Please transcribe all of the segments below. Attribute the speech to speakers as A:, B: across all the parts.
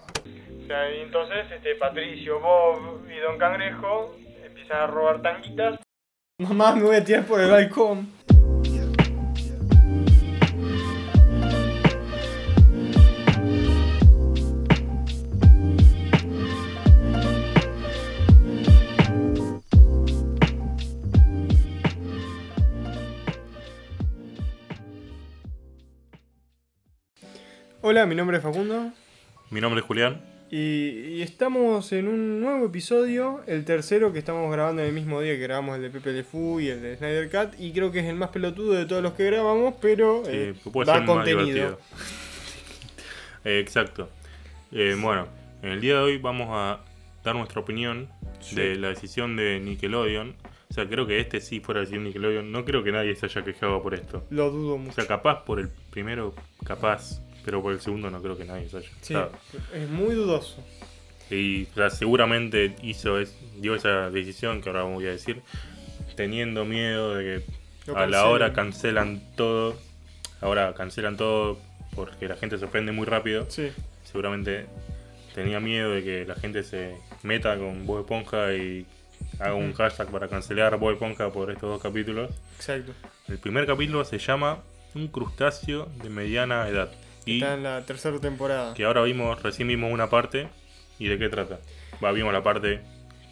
A: O sea, y entonces este, Patricio, Bob y Don Cangrejo empiezan a robar tanguitas.
B: Mamá, me voy a tirar por el balcón. Hola, mi nombre es Facundo
C: Mi nombre es Julián.
B: y, y estamos en un nuevo episodio, el tercero que estamos grabando en el mismo día que grabamos el de Pepe Lefou y el de Snyder Cat y creo que es el más pelotudo de todos los que grabamos, pero eh,
C: Sí, pues puede
B: da
C: ser más
B: contenido.
C: divertido. Eh, exacto. Eh, bueno, en el día de hoy vamos a dar nuestra opinión de la decisión de Nickelodeon. O sea, creo que este sí fuera a decir Nickelodeon. No creo que nadie se haya quejado por esto.
B: Lo dudo
C: O
B: mucho.
C: sea, capaz por el primero, capaz. Pero por el segundo no creo que nadie se haya
B: Sí,
C: quejado.
B: es muy dudoso.
C: Y o sea, seguramente hizo es- dio esa decisión que ahora voy a decir, teniendo miedo de que
B: Lo
C: a la hora
B: cancelen.
C: cancelan todo. Ahora cancelan todo porque la gente se ofende muy rápido.
B: Sí,
C: Seguramente tenía miedo de que la gente se meta con Bob Esponja y haga un
B: Ujú.
C: hashtag para cancelar Bob Esponja por estos dos capítulos.
B: exacto.
C: El primer capítulo se llama Un crustáceo de mediana edad. Y
B: Está en la tercera temporada.
C: que ahora vimos, recién vimos una parte. ¿Y de qué trata? Va, vimos la parte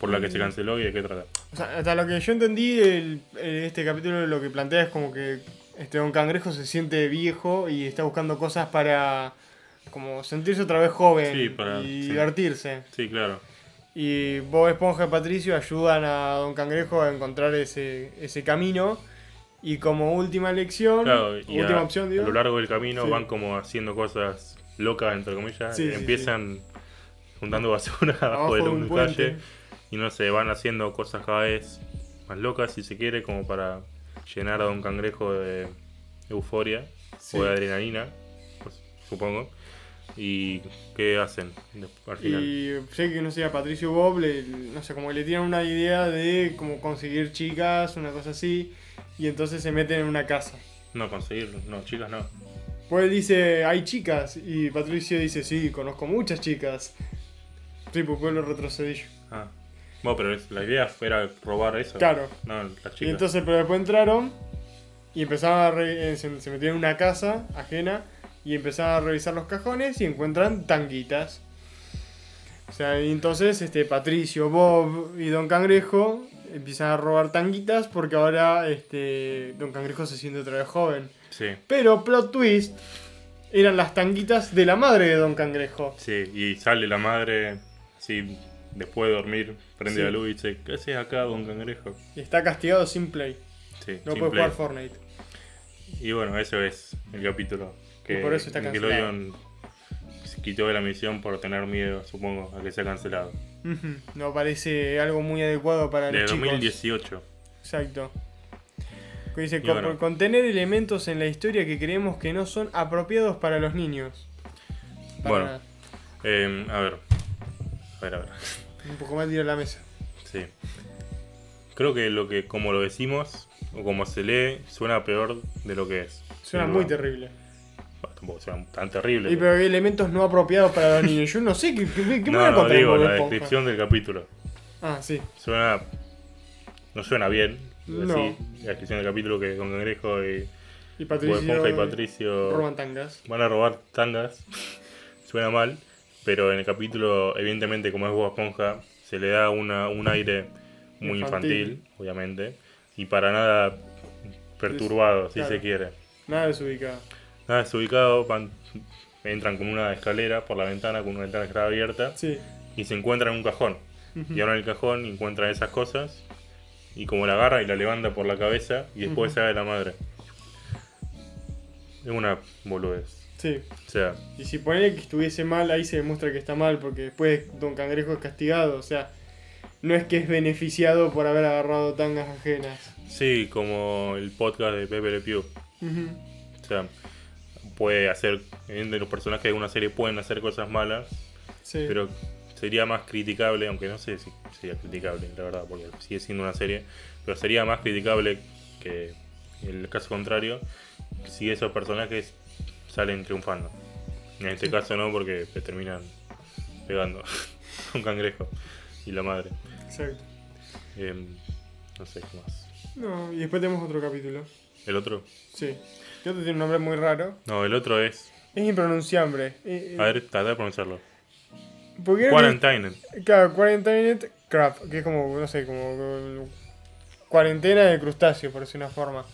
C: por la que se canceló y de qué trata.
B: O sea, hasta lo que yo entendí, el- el- este capítulo lo que plantea es como que este Don Cangrejo se siente viejo y está buscando cosas para como sentirse otra vez joven
C: Sí, para-
B: y
C: sí.
B: divertirse.
C: Sí, claro.
B: Y Bob Esponja y Patricio ayudan a Don Cangrejo a encontrar ese, ese camino. Y como última elección,
C: Claro, y
B: última
C: a,
B: opción,
C: a
B: digo,
C: lo largo del camino
B: Sí.
C: van como haciendo cosas locas, entre comillas.
B: Sí, sí,
C: empiezan juntando basura abajo
B: abajo
C: de
B: de
C: un
B: un puente.
C: calle. Y no sé, van haciendo cosas cada vez más locas, si se quiere, como para llenar a Don Cangrejo de euforia
B: Sí.
C: o de adrenalina, pues, supongo. ¿Y qué hacen de- al final?
B: Y sé que no sé, a Patricio Bob, le- no sé, como que le tiran una idea de cómo conseguir chicas, una cosa así, y entonces se meten en una casa.
C: No, conseguirlo. No, chicas, no.
B: Pues él dice, hay chicas, y Patricio dice, sí, conozco muchas chicas. Tipo pues pueblo retrocedillo.
C: Ah. Bueno, pero es- la idea era robar eso.
B: Claro.
C: No, las
B: Y
C: chicas.
B: entonces, pero después entraron y empezaron a re- eh, se, se metieron en una casa ajena y empezaron a revisar los cajones y encuentran tanguitas. O sea, y entonces este Patricio, Bob y Don Cangrejo empiezan a robar tanguitas porque ahora este Don Cangrejo se siente otra vez joven.
C: Sí.
B: Pero plot twist eran las tanguitas de la madre de Don Cangrejo.
C: Sí, y sale la madre, así, después de dormir, prende
B: Sí.
C: la luz y dice, ¿qué haces acá, don cangrejo?
B: Y está castigado sin play.
C: Sí,
B: No
C: sin
B: puede
C: play.
B: jugar Fortnite.
C: Y bueno, eso es el capítulo. Que
B: Y por eso está
C: Nickelodeon se quitó de la misión por tener miedo, supongo, a que sea cancelado.
B: Ujú, No parece algo muy adecuado para
C: De
B: los chicos.
C: 2018.
B: Exacto. Que Dice,
C: Y
B: "Con-
C: bueno.
B: por contener elementos en la historia que creemos que no son apropiados para los niños. Para
C: Bueno.
B: nada.
C: Eh, a ver. A ver, a ver.
B: Un poco más tiro a la mesa.
C: Sí. Creo que lo que como lo decimos o como se lee suena peor de lo que es.
B: Suena
C: Pero
B: muy
C: bueno,
B: terrible.
C: bueno, tampoco suena tan terrible.
B: Y
C: pero-
B: pero hay elementos no apropiados para los niños. Yo no sé qué, qué, qué me voy a
C: no, no,
B: encontrar
C: digo,
B: en Bob
C: la
B: Esponja?
C: descripción del capítulo.
B: Ah, sí.
C: Suena. No suena bien.
B: No.
C: así, la descripción del capítulo que Don Cangrejo y
B: Y
C: Bob Esponja y
B: Patricio.
C: Patricio
B: Roban tangas.
C: van a robar tangas. suena mal. Pero en el capítulo, evidentemente, como es Bob Esponja, se le da una, un aire muy
B: Infantil.
C: infantil, obviamente. Y para nada perturbado, si
B: Claro.
C: se quiere.
B: Nada desubicado.
C: Nada desubicado, van- entran con una escalera por la ventana, con una ventana que está abierta
B: Sí.
C: y se encuentra en un cajón. Y ahora en el cajón encuentra esas cosas y como la agarra y la levanta por la cabeza y después
B: Ujú.
C: se de la madre. Es una boludez.
B: Sí.
C: O sea,
B: Y si ponele que estuviese mal, ahí se demuestra que está mal, porque después Don Cangrejo es castigado. O sea, no es que es beneficiado por haber agarrado tangas ajenas.
C: sí, como el podcast de Pepe Le Pew. O
B: Ujú.
C: sea, puede hacer, de los personajes de una serie pueden hacer cosas malas,
B: Sí.
C: pero sería más criticable, aunque no sé si sería criticable, la verdad, porque sigue siendo una serie, pero sería más criticable que el caso contrario si esos personajes salen triunfando. En este caso no, porque terminan pegando a un cangrejo y la madre.
B: Exacto.
C: Em, no sé qué más.
B: No, y después tenemos otro capítulo.
C: ¿El otro?
B: Sí. Que otro tiene un nombre muy raro.
C: No, el otro es.
B: Es impronunciable. Eh, eh,
C: A ver, tratar de pronunciarlo.
B: ¿por qué era que-
C: Quarantine.
B: Claro, Quarantine Crab, que es como, no sé, como eh, cuarentena de crustáceos, por decir una forma.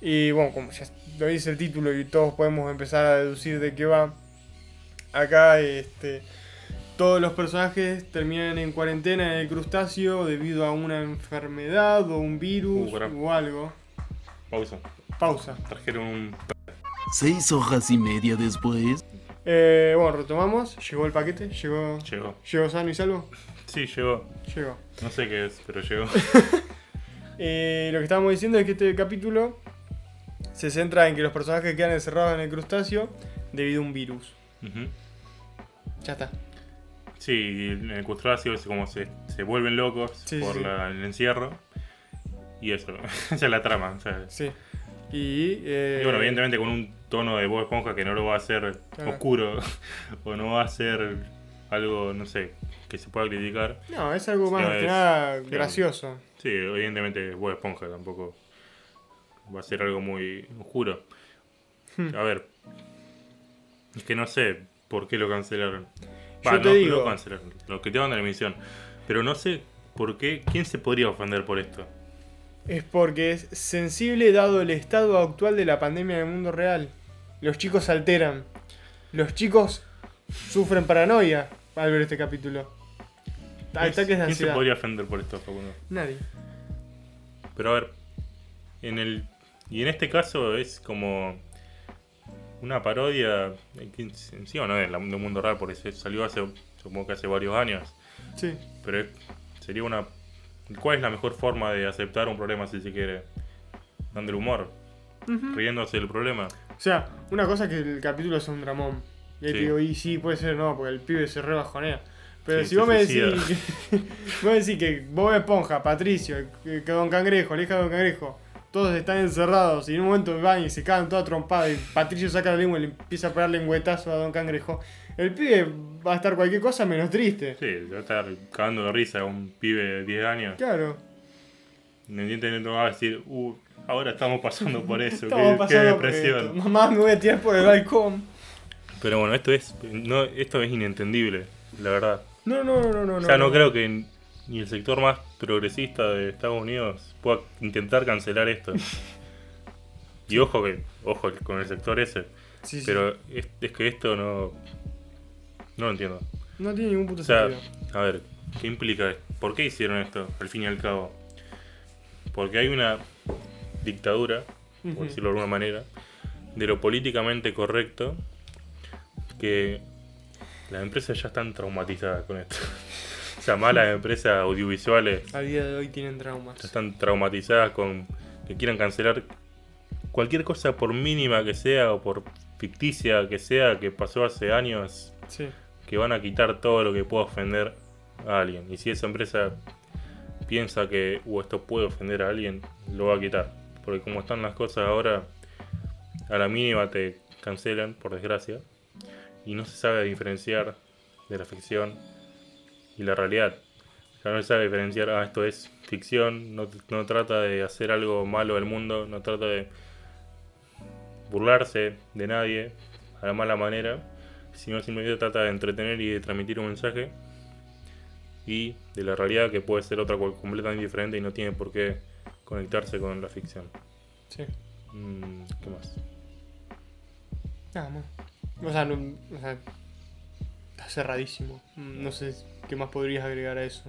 B: Y bueno, como ya lo dice el título y todos podemos empezar a deducir de qué va, acá este, todos los personajes terminan en cuarentena de crustáceo debido a una enfermedad o un virus
C: Uh, pará.
B: o algo.
C: Pausa.
B: Pausa.
C: Trajeron un.
D: Seis hojas y media después.
B: Eh, bueno, retomamos. Llegó el paquete, llegó.
C: Llegó.
B: Llegó sano y salvo.
C: Sí, llegó.
B: Llegó.
C: No sé qué es, pero llegó.
B: Eh, lo que estábamos diciendo es que este capítulo se centra en que los personajes quedan encerrados en el crustáceo debido a un virus.
C: Ujú.
B: Ya está.
C: Sí, y en el crustáceo es como se, se vuelven locos
B: Sí,
C: por
B: sí.
C: la- el encierro. Y eso, esa es la trama. o sea,
B: Sí. Y, eh,
C: y bueno, evidentemente con un tono de voz esponja que no lo va a hacer
B: Claro.
C: oscuro o no va a ser algo, no sé, que se pueda criticar.
B: No, es algo más
C: No,
B: que
C: es-
B: nada
C: sí.
B: gracioso.
C: Sí, evidentemente voz esponja tampoco va a ser algo muy oscuro.
B: Hmm.
C: A ver, es que no sé por qué lo cancelaron. Va,
B: Yo te
C: no,
B: digo.
C: lo cancelaron, lo quitaron de la emisión. Pero no sé por qué, ¿quién se podría ofender por esto?
B: Es porque es sensible dado el estado actual de la pandemia en el mundo real. Los chicos se alteran. Los chicos sufren paranoia al ver este capítulo. Ataques de
C: ¿Quién se
B: ansiedad.
C: podría ofender por esto, Facundo?
B: Nadie.
C: Pero a ver, en el y en este caso es como una parodia, eh, que en- encima no es la- de un mundo raro, porque se- salió hace, supongo que hace varios años,
B: Sí.
C: pero es- sería una... ¿Cuál es la mejor forma de aceptar un problema si se quiere? Dando el humor, riéndose del problema.
B: O sea, una cosa es que el capítulo es un dramón. Y ahí te
C: Sí.
B: digo, y sí, puede ser no, porque el pibe se rebajonea. Pero
C: Sí,
B: si
C: se
B: vos me,
C: suicida.
B: decís que, vos me decís que Bob Esponja, Patricio, que que Don Cangrejo, la hija de Don Cangrejo, todos están encerrados y en un momento van y se cagan toda trompada y Patricio saca la lengua y le empieza a pegar lengüetazo a Don Cangrejo, el pibe va a estar cualquier cosa menos triste.
C: Sí, va a estar cagando de risa a un pibe de 10 años.
B: Claro.
C: No entiende, no va a decir, uh, ahora estamos pasando por eso,
B: Estamos
C: qué, qué
B: pasando por
C: depresión.
B: esto. Mamá, me voy a tirar por el balcón.
C: Pero bueno, esto es no, esto es inentendible, la verdad.
B: No, no, no, no, no.
C: o sea, no, creo que ni el sector más progresista de Estados Unidos pueda intentar cancelar esto. y ojo que ojo con el sector ese,
B: Sí, sí.
C: pero es, es que esto no no lo entiendo.
B: No tiene ningún puto
C: O sea,
B: sentido.
C: a ver, ¿qué implica? esto? ¿Por qué hicieron esto al fin y al cabo? Porque hay una dictadura,
B: Ujú.
C: por decirlo de alguna manera, de lo políticamente correcto que las empresas ya están traumatizadas con esto. o sea, más las empresas audiovisuales
B: Al día de hoy tienen
C: ya
B: traumas.
C: están traumatizadas con que quieran cancelar cualquier cosa por mínima que sea o por ficticia que sea que pasó hace años
B: Sí.
C: que van a quitar todo lo que pueda ofender a alguien. Y si esa empresa piensa que "Uh, esto puede ofender a alguien, lo va a quitar. Porque como están las cosas ahora, a la mínima te cancelan, por desgracia. Y no se sabe diferenciar de la ficción y la realidad. O sea, no se sabe diferenciar, ah, esto es ficción, no, no trata de hacer algo malo al mundo, no trata de burlarse de nadie a la mala manera, sino simplemente trata de entretener y de transmitir un mensaje y de la realidad que puede ser otra cual- completamente diferente y no tiene por qué conectarse con la ficción.
B: Sí.
C: Mm, ¿Qué más?
B: Nada más. O sea, no, o sea, está cerradísimo. Mm, No sé qué más podrías agregar a eso,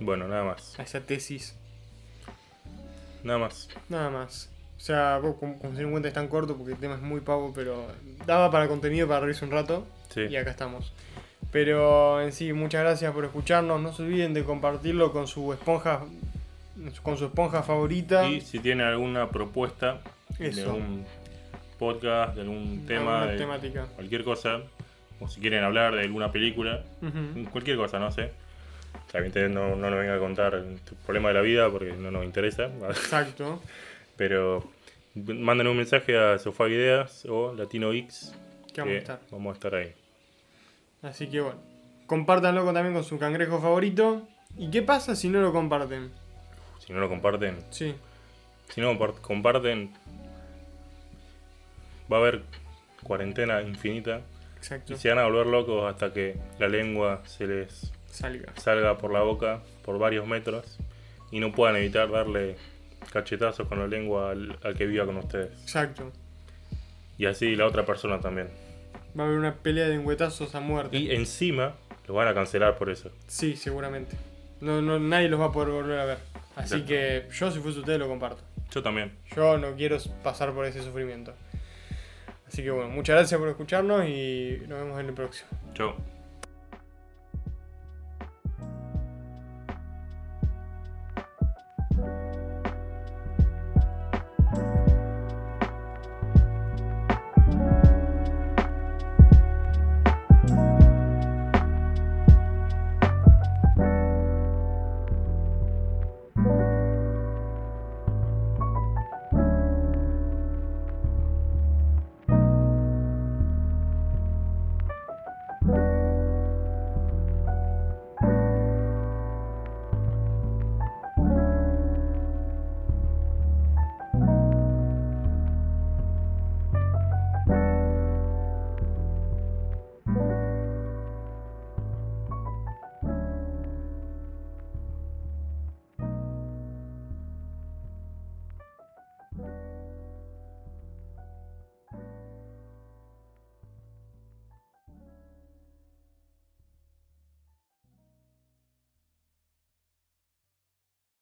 C: Bueno, nada más.
B: a esa tesis.
C: Nada más.
B: Nada más. O sea, vos, como, como se dieron cuenta es tan corto porque el tema es muy pavo, pero daba para contenido para reírse un rato
C: Sí.
B: y acá estamos. Pero en sí, muchas gracias por escucharnos. No se olviden de compartirlo con su esponja con su esponja favorita.
C: Y si tiene alguna propuesta de
B: Eso.
C: algún podcast, de algún tema,
B: Alguna
C: de
B: temática.
C: cualquier cosa, o si quieren hablar de alguna película,
B: Ujú.
C: cualquier cosa, no sé. También te- no, no nos venga a contar tu problema de la vida porque no nos interesa.
B: Exacto.
C: Pero manden un mensaje a Sofá Ideas o Latino X. Eh,
B: Que vamos a estar.
C: vamos a estar ahí.
B: Así que bueno. Compártanlo con- también con su cangrejo favorito. ¿Y qué pasa si no lo comparten?
C: Si no lo comparten,
B: Sí.
C: si no compar- comparten, va a haber cuarentena infinita
B: Exacto.
C: y se van a volver locos hasta que la lengua se les
B: Salga.
C: salga por la boca por varios metros y no puedan evitar darle cachetazos con la lengua al, al que viva con ustedes.
B: Exacto.
C: Y así la otra persona también.
B: Va a haber una pelea de engüetazos a muerte.
C: Y encima lo van a cancelar por eso.
B: Sí, seguramente. No, no, nadie los va a poder volver a ver. Así
C: Exacto.
B: que yo, si fuese usted, lo comparto.
C: Yo también.
B: Yo no quiero pasar por ese sufrimiento. Así que bueno, muchas gracias por escucharnos y nos vemos en el próximo.
C: Yo.